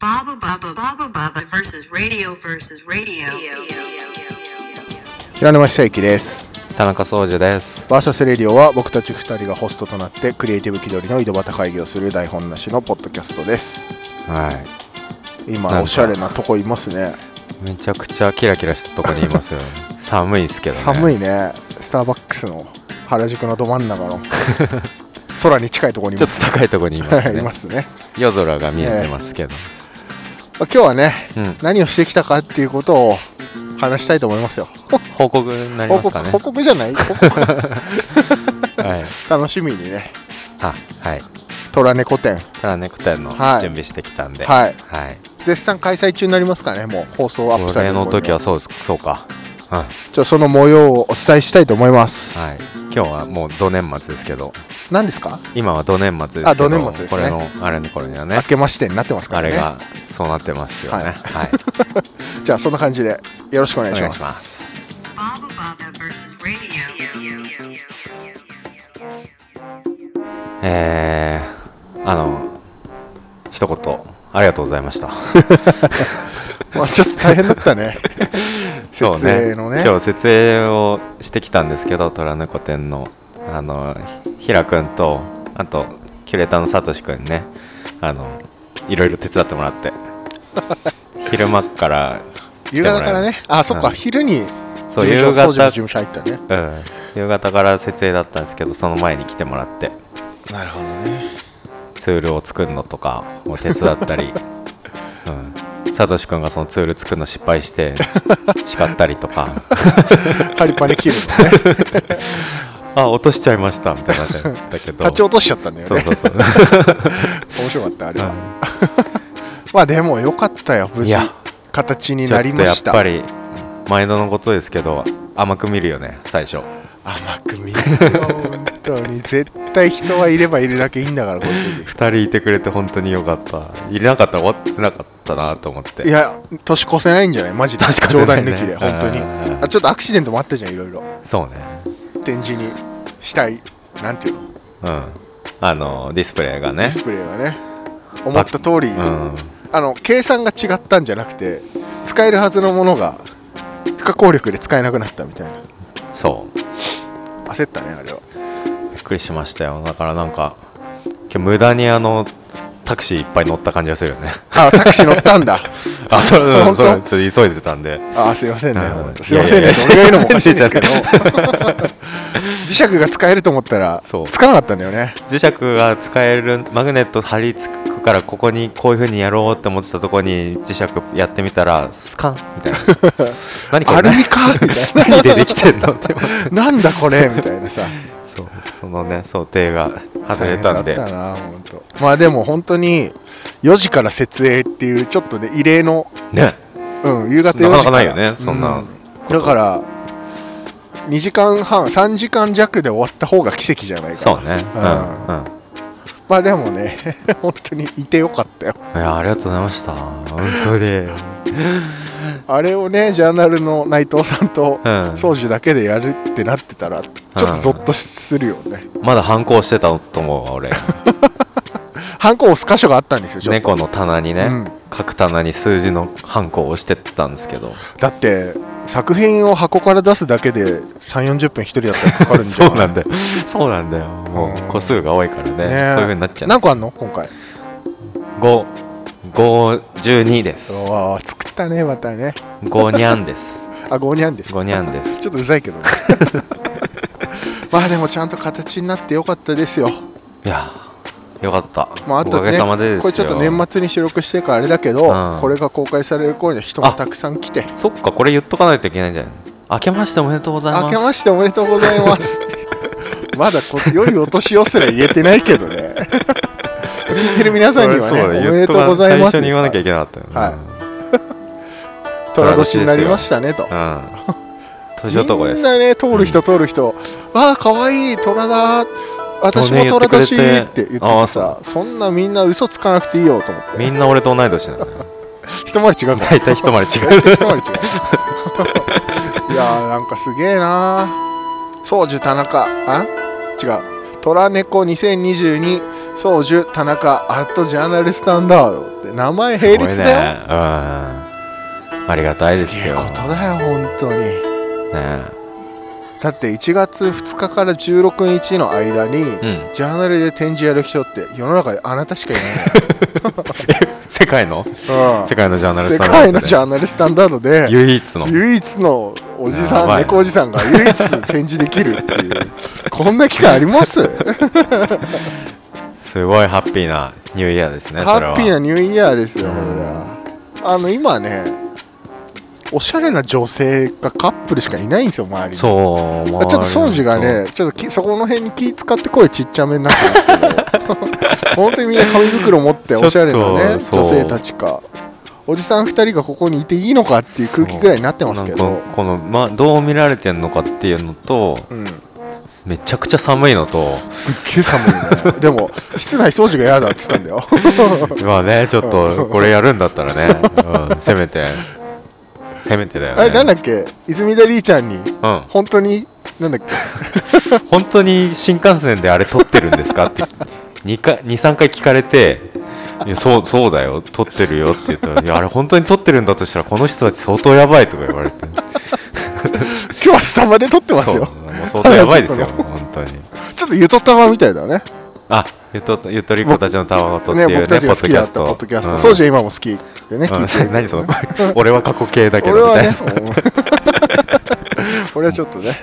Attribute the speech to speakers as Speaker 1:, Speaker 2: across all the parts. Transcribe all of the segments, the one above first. Speaker 1: Baba Baba Baba Baba versus radio versus radio.
Speaker 2: 平沼久之です
Speaker 3: 田中総司です。
Speaker 2: バーサスレディオは僕たち2人がホストとなってクリエイティブ気取りの井戸端会議をする台本なしのポッドキャストです
Speaker 3: はなん
Speaker 2: 今
Speaker 3: か
Speaker 2: おしゃれなとこいますね
Speaker 3: い。めちゃくちゃキラキラしたとこにいます よね。寒いですけどね。
Speaker 2: 寒いねスターバックスの原宿のど真ん中 の空に近いところにい
Speaker 3: ちょ
Speaker 2: ま
Speaker 3: っ
Speaker 2: す
Speaker 3: と高いとこに います
Speaker 2: い
Speaker 3: ね
Speaker 2: ま。すね
Speaker 3: 夜空が見えてますけど。
Speaker 2: まあ今日はね、
Speaker 3: うん
Speaker 2: 何をしてきたかっていうことを話したいと思いますよ
Speaker 3: 報告になり
Speaker 2: 報
Speaker 3: ます
Speaker 2: 告
Speaker 3: かね。
Speaker 2: 報告じゃ ない報告
Speaker 3: はい。
Speaker 2: 楽しみにね
Speaker 3: あ、はい。
Speaker 2: 虎猫展
Speaker 3: タラネクテンの
Speaker 2: はい
Speaker 3: 準備してきたんで。い。
Speaker 2: はい
Speaker 3: はい。
Speaker 2: 絶賛開催中になりますからねもう放送アップ
Speaker 3: こ
Speaker 2: され
Speaker 3: れ
Speaker 2: る
Speaker 3: の
Speaker 2: 頃に
Speaker 3: 時はそうです。そうか。はい。
Speaker 2: ちょっとその模様をお伝えしたいと思います、
Speaker 3: はい。今日はもう土年末ですけど、
Speaker 2: 何ですか
Speaker 3: 今は土年末ですけど、
Speaker 2: あ土年末ですね
Speaker 3: これのあれの頃には
Speaker 2: 明
Speaker 3: ね、
Speaker 2: けましてになってますか
Speaker 3: あ
Speaker 2: ら
Speaker 3: れ
Speaker 2: ね
Speaker 3: がそうなってますよね。
Speaker 2: はい
Speaker 3: はい。
Speaker 2: じゃあそんな感じでよろしくお願い
Speaker 3: お
Speaker 2: しま
Speaker 3: 願い
Speaker 2: す
Speaker 3: します。
Speaker 1: Baba Baba versus radio.
Speaker 3: えー、あの一言ありがとうございました
Speaker 2: まあ、ちょっと大変だったね設
Speaker 3: そう
Speaker 2: 営のね
Speaker 3: 今日設営をしてきたんですけど虎猫店のあのひひらくんとあとキュレーターのさとしくんにねあのいろいろ手伝ってもらって 昼間から
Speaker 2: 夕方からねあそっか、
Speaker 3: うん
Speaker 2: 昼に
Speaker 3: そう
Speaker 2: 事務所
Speaker 3: 夕方
Speaker 2: 掃除の事務所入ったね
Speaker 3: うん夕方から設営だったんですけどその前に来てもらって
Speaker 2: なるほど ね
Speaker 3: ツールを作るのとかを手伝った り、うん、サトシ君がそのツール作るの失敗して叱ったりとか
Speaker 2: ハリパネ切るのね
Speaker 3: あ落としちゃいましたみたいな感じだけ ど
Speaker 2: 立ち落としちゃったんだよ
Speaker 3: そう
Speaker 2: ね
Speaker 3: そうそう
Speaker 2: 面白かったあれは、 まあでもよかったよ無
Speaker 3: い
Speaker 2: 事
Speaker 3: や
Speaker 2: 形 に
Speaker 3: ちょ
Speaker 2: な
Speaker 3: っ
Speaker 2: り
Speaker 3: と
Speaker 2: ま
Speaker 3: やっ
Speaker 2: した
Speaker 3: ぱり毎度のことですけど甘く見るよね最初
Speaker 2: 甘く見るよ本当に絶対人はいればいるだけいいんだからこっち
Speaker 3: 2人いてくれて本当によかったいなかったら終わってなかったなと思って
Speaker 2: にいや年越せないんじゃないマジで、
Speaker 3: 年越せ
Speaker 2: 冗
Speaker 3: な
Speaker 2: 談
Speaker 3: いね
Speaker 2: 抜きで本当に
Speaker 3: うん
Speaker 2: あちょっとアクシデントもあったじゃんいろいろ
Speaker 3: そうね
Speaker 2: 展示にしたいなんていうの
Speaker 3: うんあのディスプレイ
Speaker 2: デ
Speaker 3: が
Speaker 2: ィ
Speaker 3: ね
Speaker 2: スプレイがね思った通り、
Speaker 3: うん
Speaker 2: あの計算が違ったんじゃなくて使えるはずのものが不可抗力で使えなくなったみたいな
Speaker 3: そう
Speaker 2: 焦ったねあれは
Speaker 3: びっくりしましたよだからなんか今日無駄にあのタクシーいっぱい乗った感じがするよね
Speaker 2: あタクシー乗ったんだ
Speaker 3: あそれ
Speaker 2: 本当
Speaker 3: それちょっと急いでたんで
Speaker 2: あすいませんね、
Speaker 3: うん
Speaker 2: 本当すいません
Speaker 3: いやい
Speaker 2: ね
Speaker 3: や
Speaker 2: それが言うのもおかしいんですけ ど
Speaker 3: すい
Speaker 2: 磁石が使えると思ったら
Speaker 3: そう
Speaker 2: つかなかったんだよね
Speaker 3: 磁石が使えるマグネット貼り付くからここにこういう風にやろうって思ってたとこに磁石やってみたらスカン みたいな何こ
Speaker 2: ア
Speaker 3: れ
Speaker 2: ルミかみたいな
Speaker 3: 何何でできてんのって思って
Speaker 2: なんだこれみたいなさ
Speaker 3: そうそのね想定が外れたんで
Speaker 2: 大変だったな本当まあでも本当に4時から設営っていうちょっとね異例の、
Speaker 3: ね
Speaker 2: うん、夕方4時から
Speaker 3: なかなかないよねそんな
Speaker 2: うだから2時間半3時間弱で終わった方が奇跡じゃないかな
Speaker 3: そうねうん
Speaker 2: う
Speaker 3: うんん、
Speaker 2: まあでもね 本当にいてよかったよ
Speaker 3: いやありがとうございました本当に
Speaker 2: あれをねジャーナルの内藤さんと
Speaker 3: うん
Speaker 2: 宗樹だけでやるってなってたらちょっとゾッとするよね
Speaker 3: まだ反抗してたと思うわ俺
Speaker 2: ハンコ押す箇所があったんですよちょっと
Speaker 3: 猫の棚にね、
Speaker 2: うん
Speaker 3: 各棚に数字のハンコを押してってたんですけど
Speaker 2: だって作品を箱から出すだけで3 4 0分一人だったらかかるんじゃ な
Speaker 3: そ
Speaker 2: いう
Speaker 3: なんだよそうなんだよも
Speaker 2: うん
Speaker 3: う個数が多いからね
Speaker 2: ね
Speaker 3: そういうふうになっちゃう
Speaker 2: 何個あんの今回
Speaker 3: 5512です
Speaker 2: うわー作ったねまたね
Speaker 3: 5にゃんです
Speaker 2: あゴーニャンです
Speaker 3: 5にゃんです
Speaker 2: ちょっとうざいけどね まあでもちゃんと形になってよかったですよ
Speaker 3: いやよかった、
Speaker 2: まああ
Speaker 3: お
Speaker 2: と
Speaker 3: か
Speaker 2: ね
Speaker 3: げさまでですよ
Speaker 2: これちょっと年末に収録してからあれだけど、
Speaker 3: うん
Speaker 2: これが公開される頃には人がたくさん来て
Speaker 3: そっかこれ言っとかないといけないんじゃない明けましておめでとうございます
Speaker 2: 明けましておめでとうございます まだこ良いお年をすら言えてないけど ね聞いてる皆さんにはね
Speaker 3: そ
Speaker 2: お
Speaker 3: う
Speaker 2: め
Speaker 3: だ言っ
Speaker 2: でとうございます
Speaker 3: 最初に言わなきゃい
Speaker 2: け
Speaker 3: けなかったよね、
Speaker 2: はい 年になりましたねと
Speaker 3: うん年男で
Speaker 2: みん
Speaker 3: す
Speaker 2: なね通る人通る人、ああかわいい虎だ私も
Speaker 3: そうね
Speaker 2: 虎だし
Speaker 3: 言
Speaker 2: っ
Speaker 3: って
Speaker 2: 言っ
Speaker 3: てくれて
Speaker 2: て
Speaker 3: あ
Speaker 2: て
Speaker 3: あ
Speaker 2: さそんなみんな嘘つかなくていいよと思って
Speaker 3: みんな俺と同い年なのね
Speaker 2: 一回り違うから
Speaker 3: 大体一回り 違う
Speaker 2: 大体一回り違ういやーなんかすげえなー宗樹田中あ違う虎猫2022宗樹田中アットジャーナルスタンダードって名前並
Speaker 3: これ
Speaker 2: 列
Speaker 3: ね
Speaker 2: だよ
Speaker 3: うんありがたいです
Speaker 2: すげえ
Speaker 3: よ
Speaker 2: ことだよ本当に
Speaker 3: ね
Speaker 2: だって1月2日から16日の間に、
Speaker 3: ん
Speaker 2: ジャーナルで展示やる人って世の中であなたしかい
Speaker 3: 世界の
Speaker 2: ない、うん
Speaker 3: 世界のジャーナルス
Speaker 2: 世
Speaker 3: タンダード
Speaker 2: 界のジャーナルスタンダードで
Speaker 3: 唯一の
Speaker 2: 唯一のおじさ
Speaker 3: や
Speaker 2: ん
Speaker 3: ばい
Speaker 2: 猫おじさんが唯一展示できるっていう こんな機会あります
Speaker 3: すごいハッピーなニューイヤーですねそれ
Speaker 2: ハッ
Speaker 3: は
Speaker 2: ピーなニューイヤーですよ、
Speaker 3: うん
Speaker 2: これはあの今ねおしゃれな女性がカップルしかいないんですよ周りに
Speaker 3: そう
Speaker 2: あちょっとソンジがね、ちょっときそこの辺に気使って声ちっちゃめになって ますけど、本当にみんな紙袋持っておしゃれなね、
Speaker 3: ちょっと
Speaker 2: 女性たちか、おじさん2人がここにいていいのかっていう空気ぐらいになってますけ
Speaker 3: なん
Speaker 2: ど
Speaker 3: か、この、ま、どう見られてんのかっていうのと
Speaker 2: うん、
Speaker 3: めちゃくちゃ寒いのと
Speaker 2: すっげえ寒い ね、でも、室内掃除が嫌だって言ったんだよ、
Speaker 3: まあねちょっとこれやるんだっ たらね、うん、せめてせめてだよね
Speaker 2: あれ、なんだっけ、泉田リーちゃんに、
Speaker 3: うん
Speaker 2: 本当に、なんだっけ、
Speaker 3: 本当に新幹線であれ撮ってるんですかって23回聞かれていやそうそうだよ撮ってるよって言ったらいやあれ本当に撮ってるんだとしたらこの人たち相当やばいとか言われて
Speaker 2: 今日はスタバで撮ってます
Speaker 3: そう
Speaker 2: よ、
Speaker 3: もう相当やば いですよ本当に
Speaker 2: ちょっとゆとたまみたいだね、
Speaker 3: あゆとゆとり子たちのたわごとってい
Speaker 2: ね
Speaker 3: うね
Speaker 2: 僕
Speaker 3: ポ
Speaker 2: たちが好
Speaker 3: ッド
Speaker 2: き
Speaker 3: キ
Speaker 2: だ
Speaker 3: ャ
Speaker 2: っ
Speaker 3: ス
Speaker 2: た
Speaker 3: ト
Speaker 2: ポッドキャスト、
Speaker 3: うん
Speaker 2: 掃除は今も好きでね、聞いてる
Speaker 3: うん、 何その 俺は過去形だけ
Speaker 2: 俺
Speaker 3: どみ
Speaker 2: は
Speaker 3: たい
Speaker 2: ね
Speaker 3: な、
Speaker 2: 俺はちょっとね、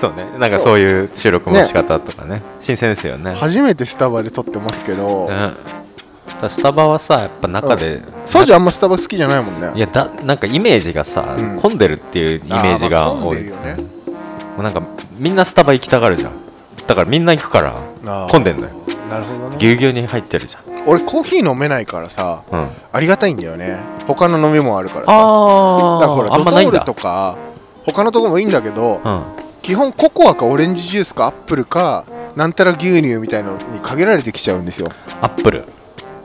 Speaker 3: そうねなんかそういう収録の仕方とかね新鮮ですよね
Speaker 2: 初めてスタバで撮ってますけど、
Speaker 3: うん、スタバはさやっぱ中で、
Speaker 2: ソジあんまスタバ好きじゃないもんね。
Speaker 3: いやだなんかイメージがさ、
Speaker 2: うん
Speaker 3: 混んでるっていうイメージが多
Speaker 2: あーまあ混ん
Speaker 3: い、
Speaker 2: でるよね
Speaker 3: もうなんかみんなスタバ行きたがるじゃんだからみんな行くから混んでんのよ
Speaker 2: あーなるほど
Speaker 3: ぎ
Speaker 2: ね。
Speaker 3: ゅうぎゅうに入ってるじゃ
Speaker 2: 俺コーヒー飲めないからさ、
Speaker 3: ん、うん、
Speaker 2: ありがたいんだよね。他の飲みもあるからさ。だからほ
Speaker 3: あ
Speaker 2: ら
Speaker 3: あん
Speaker 2: ド
Speaker 3: ま
Speaker 2: ト
Speaker 3: ないん
Speaker 2: ー
Speaker 3: だ
Speaker 2: ルとか他のとこもいいんだけど、
Speaker 3: うん、
Speaker 2: 基本ココアかオレンジジュースかアップルかなんたら牛乳みたいなのに限られてきちゃうんですよ。
Speaker 3: アップル、うん、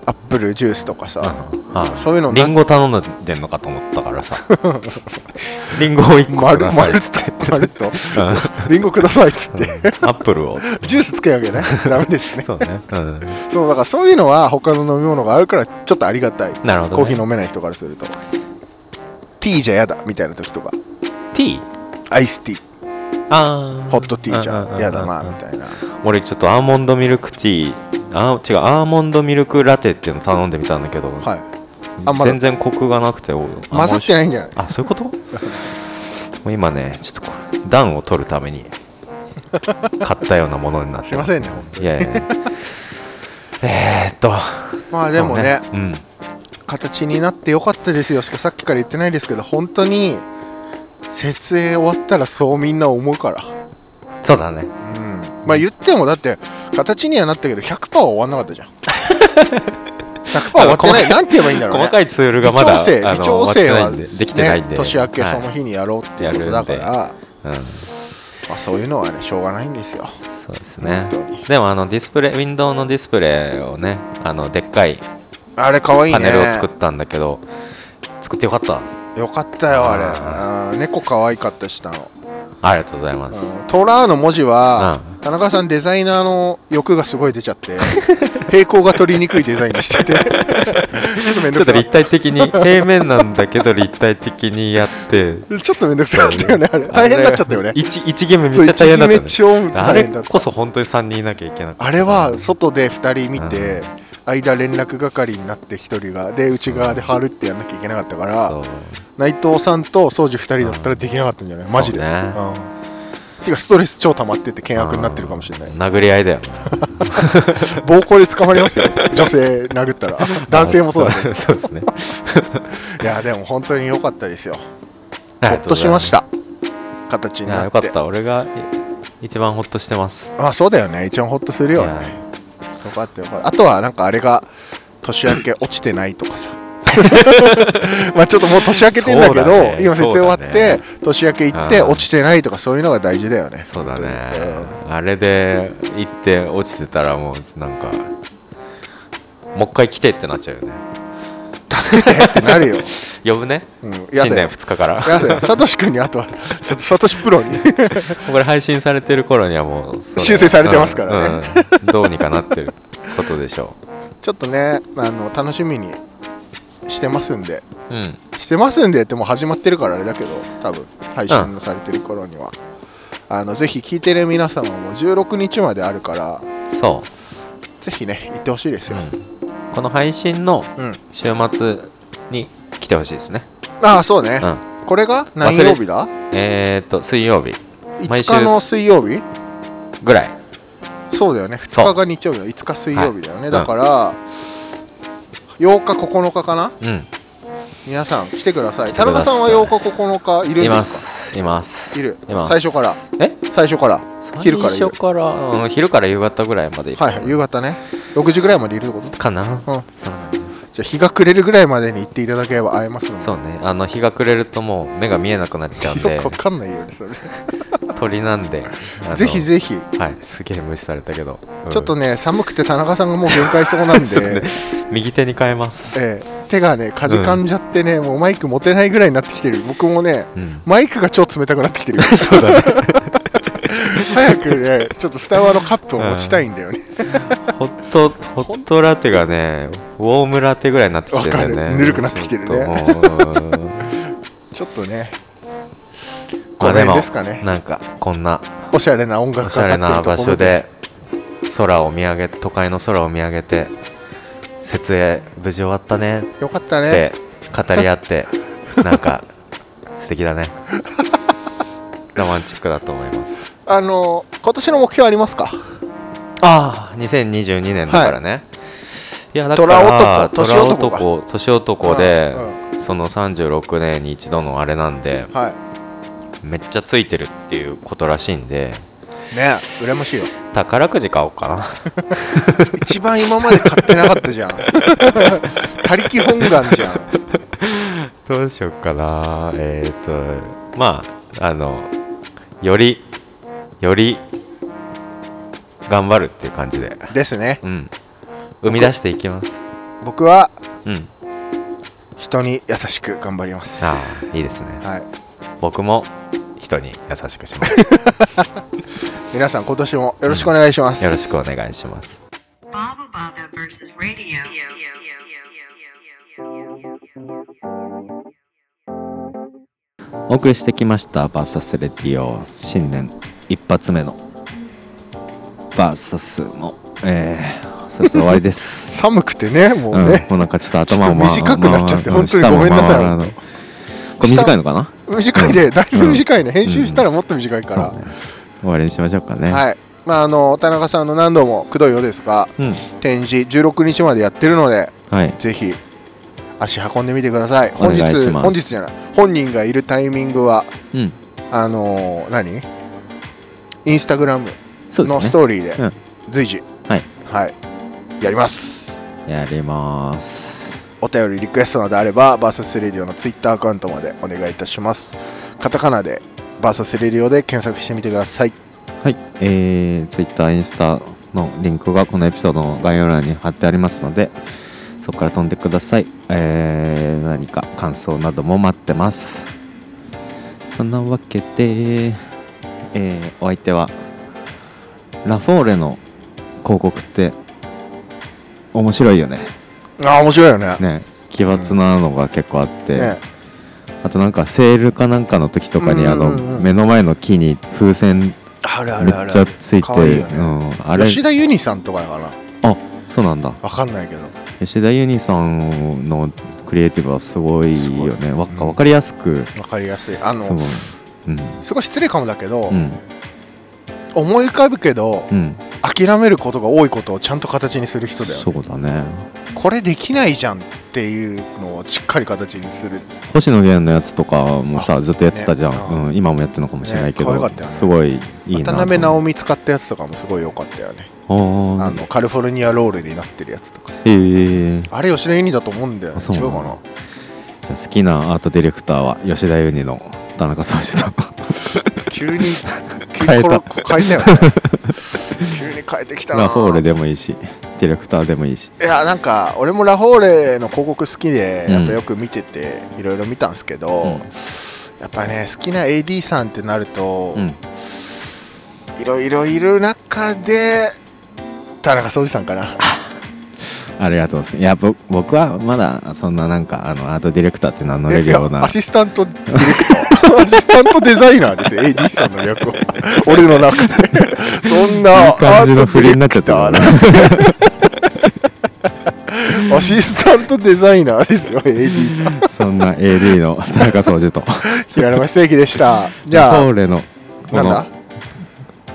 Speaker 2: アップルジュースとかさ。
Speaker 3: あ
Speaker 2: そういうのな
Speaker 3: リンゴ頼んでんのかと思ったか らさリンゴを1個
Speaker 2: 丸
Speaker 3: くだ
Speaker 2: ま
Speaker 3: さい
Speaker 2: るっつって、まるっと、
Speaker 3: うんうんア
Speaker 2: リンゴくださいっつって、
Speaker 3: ップルを
Speaker 2: ジュースつけなきゃね、ダメですね。
Speaker 3: そうね、うん、
Speaker 2: そうだからそういうのは他の飲み物があるからちょっとありがたい
Speaker 3: なるほどね
Speaker 2: コーヒー飲めない人からするとティーじゃやだみたいな時とか
Speaker 3: ティー
Speaker 2: アイスティー
Speaker 3: ああ
Speaker 2: ホットティーじゃやだな
Speaker 3: うんうんうん
Speaker 2: み
Speaker 3: うん
Speaker 2: たいな
Speaker 3: 俺ちょっとアーモンドミルクティーあ違うアーモンドミルクラテっていうの頼んでみたんだけど、
Speaker 2: はいあんまだ
Speaker 3: 全然コクがなくておあ
Speaker 2: 混ざってないんじゃない
Speaker 3: あそういうこと もう今ねちょっとこれ暖を取るために買ったようなものになって
Speaker 2: すいませんねほん
Speaker 3: いやいやえーっと
Speaker 2: まあでもね
Speaker 3: そううん
Speaker 2: 形になってよかったですよしかさっきから言ってないですけど本当に設営終わったらそうみんな思うから
Speaker 3: そうだね
Speaker 2: うんまあ言ってもだって形にはなったけど100%は終わんなかったじゃ ん100%終わってないなんて言えばいいんだろうね
Speaker 3: 細かいツールがま
Speaker 2: 微
Speaker 3: だ
Speaker 2: 調整
Speaker 3: あ
Speaker 2: 微
Speaker 3: の
Speaker 2: 調整は
Speaker 3: 終わってないんでできてないんで、
Speaker 2: ね年明け
Speaker 3: はい
Speaker 2: その日にやろうっていうことだから、
Speaker 3: うん、
Speaker 2: まあ、そういうのはねしょうがないんですよ
Speaker 3: そうですね
Speaker 2: 本当に
Speaker 3: でもあのディスプレイウィンドウのディスプレイをねあのでっかい
Speaker 2: あれかわいいね
Speaker 3: パネルを作ったんだけど作ってよかった
Speaker 2: よかったよあれ
Speaker 3: あ
Speaker 2: うん猫かわいかったしたの、
Speaker 3: ありがとうございます、
Speaker 2: うん、トラーの文字は、田中さんデザイナーの欲がすごい出ちゃって 平行が取りにくいデザインにして てちょっとめんどく
Speaker 3: ちょっと
Speaker 2: さい
Speaker 3: 立体的 に平面なんだけど立体的にやって
Speaker 2: ちょっとめんどくさかったよねあれ大変になっちゃったよね
Speaker 3: 一一ゲームめっちゃ大変だっ
Speaker 2: そう一ゲ
Speaker 3: たね
Speaker 2: ーム超
Speaker 3: あ
Speaker 2: 大
Speaker 3: れ
Speaker 2: 変だった
Speaker 3: こそ本当に3人いなきゃいけなくて
Speaker 2: あれは外で2人見て、間連絡係になって1人がで内側で貼るってやんなきゃいけなかったから、
Speaker 3: そう
Speaker 2: 内藤さんと宗樹2人だったらできなかったんじゃないマジで、
Speaker 3: そうね
Speaker 2: うんてかストレス超溜まってて険悪になってるかもしれない
Speaker 3: 殴り合いだよ
Speaker 2: 暴行で捕まりますよ 女性殴った ら男性もそうだけど
Speaker 3: そうですね
Speaker 2: いやでも本当に良かったですよ
Speaker 3: あ
Speaker 2: ほ
Speaker 3: りが
Speaker 2: っ
Speaker 3: うご
Speaker 2: と
Speaker 3: ざ
Speaker 2: し
Speaker 3: い
Speaker 2: ますした形に
Speaker 3: いや
Speaker 2: な
Speaker 3: よ
Speaker 2: って
Speaker 3: かった俺がい一番ほっとしてます
Speaker 2: まあそうだよね一番ホッとするよね
Speaker 3: はい
Speaker 2: よかったよかったあとはなんかあれが年明け落ちてないと かさまあちょっともう年明けてんだけど
Speaker 3: そうだね
Speaker 2: 今設定終わって、
Speaker 3: そうだね
Speaker 2: 年明け行って
Speaker 3: うん
Speaker 2: 落ちてないとかそういうのが大事だよね
Speaker 3: そうだね
Speaker 2: うん
Speaker 3: あれで行って落ちてたらもうなんかもう一回来てってなっちゃうよね
Speaker 2: 助けてってな るよ。
Speaker 3: 呼ぶね、
Speaker 2: うんやだよ
Speaker 3: 新年2日から
Speaker 2: やだよ、サトシ君にあとは、ちょっとサトシプロに。
Speaker 3: これ配信されてる頃にはもうそれ
Speaker 2: 修正されてますからね
Speaker 3: うんうんどうにかなってることでしょう
Speaker 2: ちょっとねあの楽しみにしてますんで
Speaker 3: うん
Speaker 2: してますんでってもう始まってるからあれだけど多分配信のされてる頃には、あのぜひ聞いてる皆様も16日まであるから
Speaker 3: そ
Speaker 2: ぜひね行ってほしいです
Speaker 3: う、
Speaker 2: よ、
Speaker 3: うん、この配信の
Speaker 2: うん
Speaker 3: 週末に来てほしいですね、
Speaker 2: ああそうね、
Speaker 3: うん、
Speaker 2: これが何
Speaker 3: 忘れ
Speaker 2: 曜日だ
Speaker 3: えっ、ー、と水曜日毎週
Speaker 2: 5日の水曜日
Speaker 3: ぐらい
Speaker 2: そうだよね
Speaker 3: そう
Speaker 2: 2日が日曜日だ5日水曜日だよね、
Speaker 3: い
Speaker 2: だから、8日9日かな
Speaker 3: うん
Speaker 2: 皆さん来てください
Speaker 3: て
Speaker 2: 田
Speaker 3: ください
Speaker 2: 中さんは8日9日いるん
Speaker 3: い
Speaker 2: で
Speaker 3: ます
Speaker 2: か
Speaker 3: すいます
Speaker 2: いる
Speaker 3: います
Speaker 2: 最初から
Speaker 3: え
Speaker 2: 最初から昼からいる
Speaker 3: 最初から、うん、昼から夕方ぐらいまでいる
Speaker 2: はいはい夕方ね6時ぐらいまでいるってこと
Speaker 3: かな
Speaker 2: うんじゃあ日が暮れるぐらいまでに行っていただければ会えますので
Speaker 3: そうねあの日が暮れるともう目が見えなくなっちゃうんで
Speaker 2: よくわかんないよねそれ
Speaker 3: 鳥なんであの
Speaker 2: ぜひぜひ
Speaker 3: はいすげえ無視されたけど、うん
Speaker 2: ちょっとね寒くて田中さんがもう限界そうなん
Speaker 3: そうね
Speaker 2: で、
Speaker 3: 右手に変えます
Speaker 2: ええ手がねかじかんじゃってね、もうマイク持てないぐらいになってきてる僕もね
Speaker 3: うん
Speaker 2: マイクが超冷たくなってき てる
Speaker 3: そうだね
Speaker 2: 早くねちょっとスタワーのカップを持ちたいんだよね
Speaker 3: ホットホットラテがねウォームラテぐらいになってきてるんだ
Speaker 2: わ
Speaker 3: よ
Speaker 2: か
Speaker 3: ね
Speaker 2: るぬるくなってきてるね
Speaker 3: ちょっ ともう
Speaker 2: ちょっとねこ
Speaker 3: まあ
Speaker 2: の
Speaker 3: でも
Speaker 2: 辺ですかね
Speaker 3: なんかこんな
Speaker 2: おしゃれな音楽
Speaker 3: おし
Speaker 2: か
Speaker 3: ゃ
Speaker 2: か
Speaker 3: れな
Speaker 2: ってる
Speaker 3: 場
Speaker 2: ところ
Speaker 3: 所で空を見上げ都会の空を見上げて設営無事終わったねっ
Speaker 2: よかったね
Speaker 3: て語り合ってなんか素敵だ ねロマンチックだと思います
Speaker 2: あの今年の目標ありますか
Speaker 3: ああ2022年だからね、い、やだから
Speaker 2: 虎男年男か
Speaker 3: 虎男年男で、
Speaker 2: うん
Speaker 3: その36年に一度のあれなんで
Speaker 2: うんは
Speaker 3: めっちゃついてるっていうことらしいんで
Speaker 2: いね羨ましいよ
Speaker 3: 宝くじ買おうかな
Speaker 2: 一番今まで買ってなかった じゃん他力本願じゃん
Speaker 3: どうしようかなえっ、とまああのよりより頑張るっていう感じで
Speaker 2: ですね
Speaker 3: うん生み出していきます
Speaker 2: 僕は
Speaker 3: うん
Speaker 2: 人に優しく頑張ります
Speaker 3: ああいいですね
Speaker 2: はい
Speaker 3: 僕も人に優しくします
Speaker 2: 皆さん今年もよろしくお願いします、
Speaker 3: よろしくお願いします
Speaker 1: Baba Baba versus radio. radio.
Speaker 4: お送りしてきました「バーサスレディオ」新年一発目のバーサスもえー、そろそろ終わりで す
Speaker 2: 寒くてねもう
Speaker 4: うん、も
Speaker 2: ね、
Speaker 4: うなんかちょっと頭も、
Speaker 2: ちょっと短くなっちゃって
Speaker 4: まあ
Speaker 2: 本当にごめんなさい
Speaker 4: 下もまあまあこれ短いのかな
Speaker 2: 短いでだいぶ短いね、編集したらもっと短いから、
Speaker 4: そうね終わりにしましょうかね、
Speaker 2: はいまああの田中さんの何度もくどいようですが
Speaker 4: うん
Speaker 2: 展示16日までやってるので
Speaker 4: はい
Speaker 2: ぜひ足運んでみてください本日
Speaker 4: お願いします
Speaker 2: 本日じゃない本人がいるタイミングは
Speaker 4: うん
Speaker 2: あのー何インスタグラム
Speaker 4: そう
Speaker 2: の
Speaker 4: で
Speaker 2: ス
Speaker 4: すね
Speaker 2: トーリー
Speaker 4: うん
Speaker 2: で随時、
Speaker 4: はい
Speaker 2: はいやります
Speaker 4: やります
Speaker 2: お便りリクエストなどあればバーサスレディオのツイッターアカウントまでお願いいたしますカタカナでバーサスレディオで検索してみてください
Speaker 4: はい、えー、Twitter、インスタのリンクがこのエピソードの概要欄に貼ってありますので、そこから飛んでください。えー、何か感想なども待ってます。そんなわけで、えー、お相手は、ラフォーレの広告って面白いよね。
Speaker 2: ああ面白いよね
Speaker 4: ね、奇抜なのが結構あって、
Speaker 2: ね
Speaker 4: あとなんかセールかなんかの時とかに、あ
Speaker 2: うんうんうん
Speaker 4: の、目の前の木に風船
Speaker 2: あるあ
Speaker 4: め
Speaker 2: るあ
Speaker 4: っ
Speaker 2: る
Speaker 4: ちゃついて
Speaker 2: かわいいよ
Speaker 4: う
Speaker 2: ね、
Speaker 4: ん、あれ
Speaker 2: 吉田ユニさんとかかな
Speaker 4: あそうなんだ
Speaker 2: わかんないけど
Speaker 4: 吉田ユニさんのクリエイティブはすごいよねわ
Speaker 2: うん
Speaker 4: かわかりやすく
Speaker 2: わかりやすいあ
Speaker 4: すご
Speaker 2: の
Speaker 4: いうん
Speaker 2: すごい失礼かもだけど、
Speaker 4: うん
Speaker 2: 思い浮かぶけど
Speaker 4: うん
Speaker 2: 諦めることが多いことをちゃんと形にする人だよね
Speaker 4: そうだね
Speaker 2: これできないじゃんっていうのをしっかり形にする
Speaker 4: 星野源のやつとかも
Speaker 2: あ
Speaker 4: さずっとやってたじゃ
Speaker 2: ねうん
Speaker 4: んうん今もやってるのかもしれないけ
Speaker 2: ね
Speaker 4: ど
Speaker 2: 可愛かったよね
Speaker 4: すごいいいな
Speaker 2: 渡辺直美使ったやつとかもすごい良かったよね、
Speaker 4: あ
Speaker 2: あ
Speaker 4: あ
Speaker 2: のカリフォルニアロールになってるやつとか
Speaker 4: ええじ
Speaker 2: あれ吉田ユニだと思うんだよ、ね
Speaker 4: あ、そう
Speaker 2: 違
Speaker 4: なの
Speaker 2: うかな
Speaker 4: ゃあ好きなアートディレクターは吉田ユニの田中宗司と
Speaker 2: 急 に急
Speaker 4: 変
Speaker 2: に
Speaker 4: えた
Speaker 2: コロ変えたよね急に変えてきたな
Speaker 4: ラフォーレでもいいしディレクターでもいいし
Speaker 2: いやなんか俺もラフォーレの広告好きで
Speaker 4: うん
Speaker 2: やっぱよく見てていろいろ見たんですけど、
Speaker 4: うん
Speaker 2: やっぱね好きな AD さんってなると
Speaker 4: うん
Speaker 2: いろいろいる中で田中総司さんかな
Speaker 3: ありがとうございますいやぼ僕はまだそんななんかあのアートディレクターって名乗れるよう
Speaker 2: いや
Speaker 3: な
Speaker 2: アシスタントディレク ターアシスタントデザイナーですよ AD さんの略を 俺の中で そんない
Speaker 3: い感じ
Speaker 2: ア
Speaker 3: の
Speaker 2: ート
Speaker 3: 振
Speaker 2: ディ
Speaker 3: りに
Speaker 2: レ
Speaker 3: なっちゃったな
Speaker 2: クアシスタントデザイナーですよ AD さん
Speaker 3: そんな AD の田中総司と
Speaker 2: 平山正樹でした じ
Speaker 3: ナ
Speaker 2: ゃ
Speaker 3: ポ
Speaker 2: あ
Speaker 3: ーレのこ
Speaker 2: なん
Speaker 3: の
Speaker 2: だ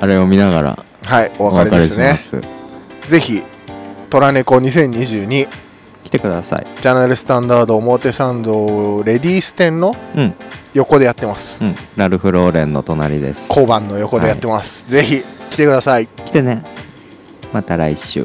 Speaker 3: あれを見ながら
Speaker 2: はいお
Speaker 3: お
Speaker 2: 別れ
Speaker 3: 別
Speaker 2: で
Speaker 3: れ
Speaker 2: す
Speaker 3: しま
Speaker 2: ね
Speaker 3: す
Speaker 2: ぜひ「トラネコ2022」
Speaker 3: 来てください
Speaker 2: ジャーナルスタンダード表参道レディース店の
Speaker 3: うん
Speaker 2: 横でやってます、
Speaker 3: うんラルフ・ローレンの隣です
Speaker 2: 交番の横でやってます、ぜひ来てください
Speaker 3: 来てねまた来週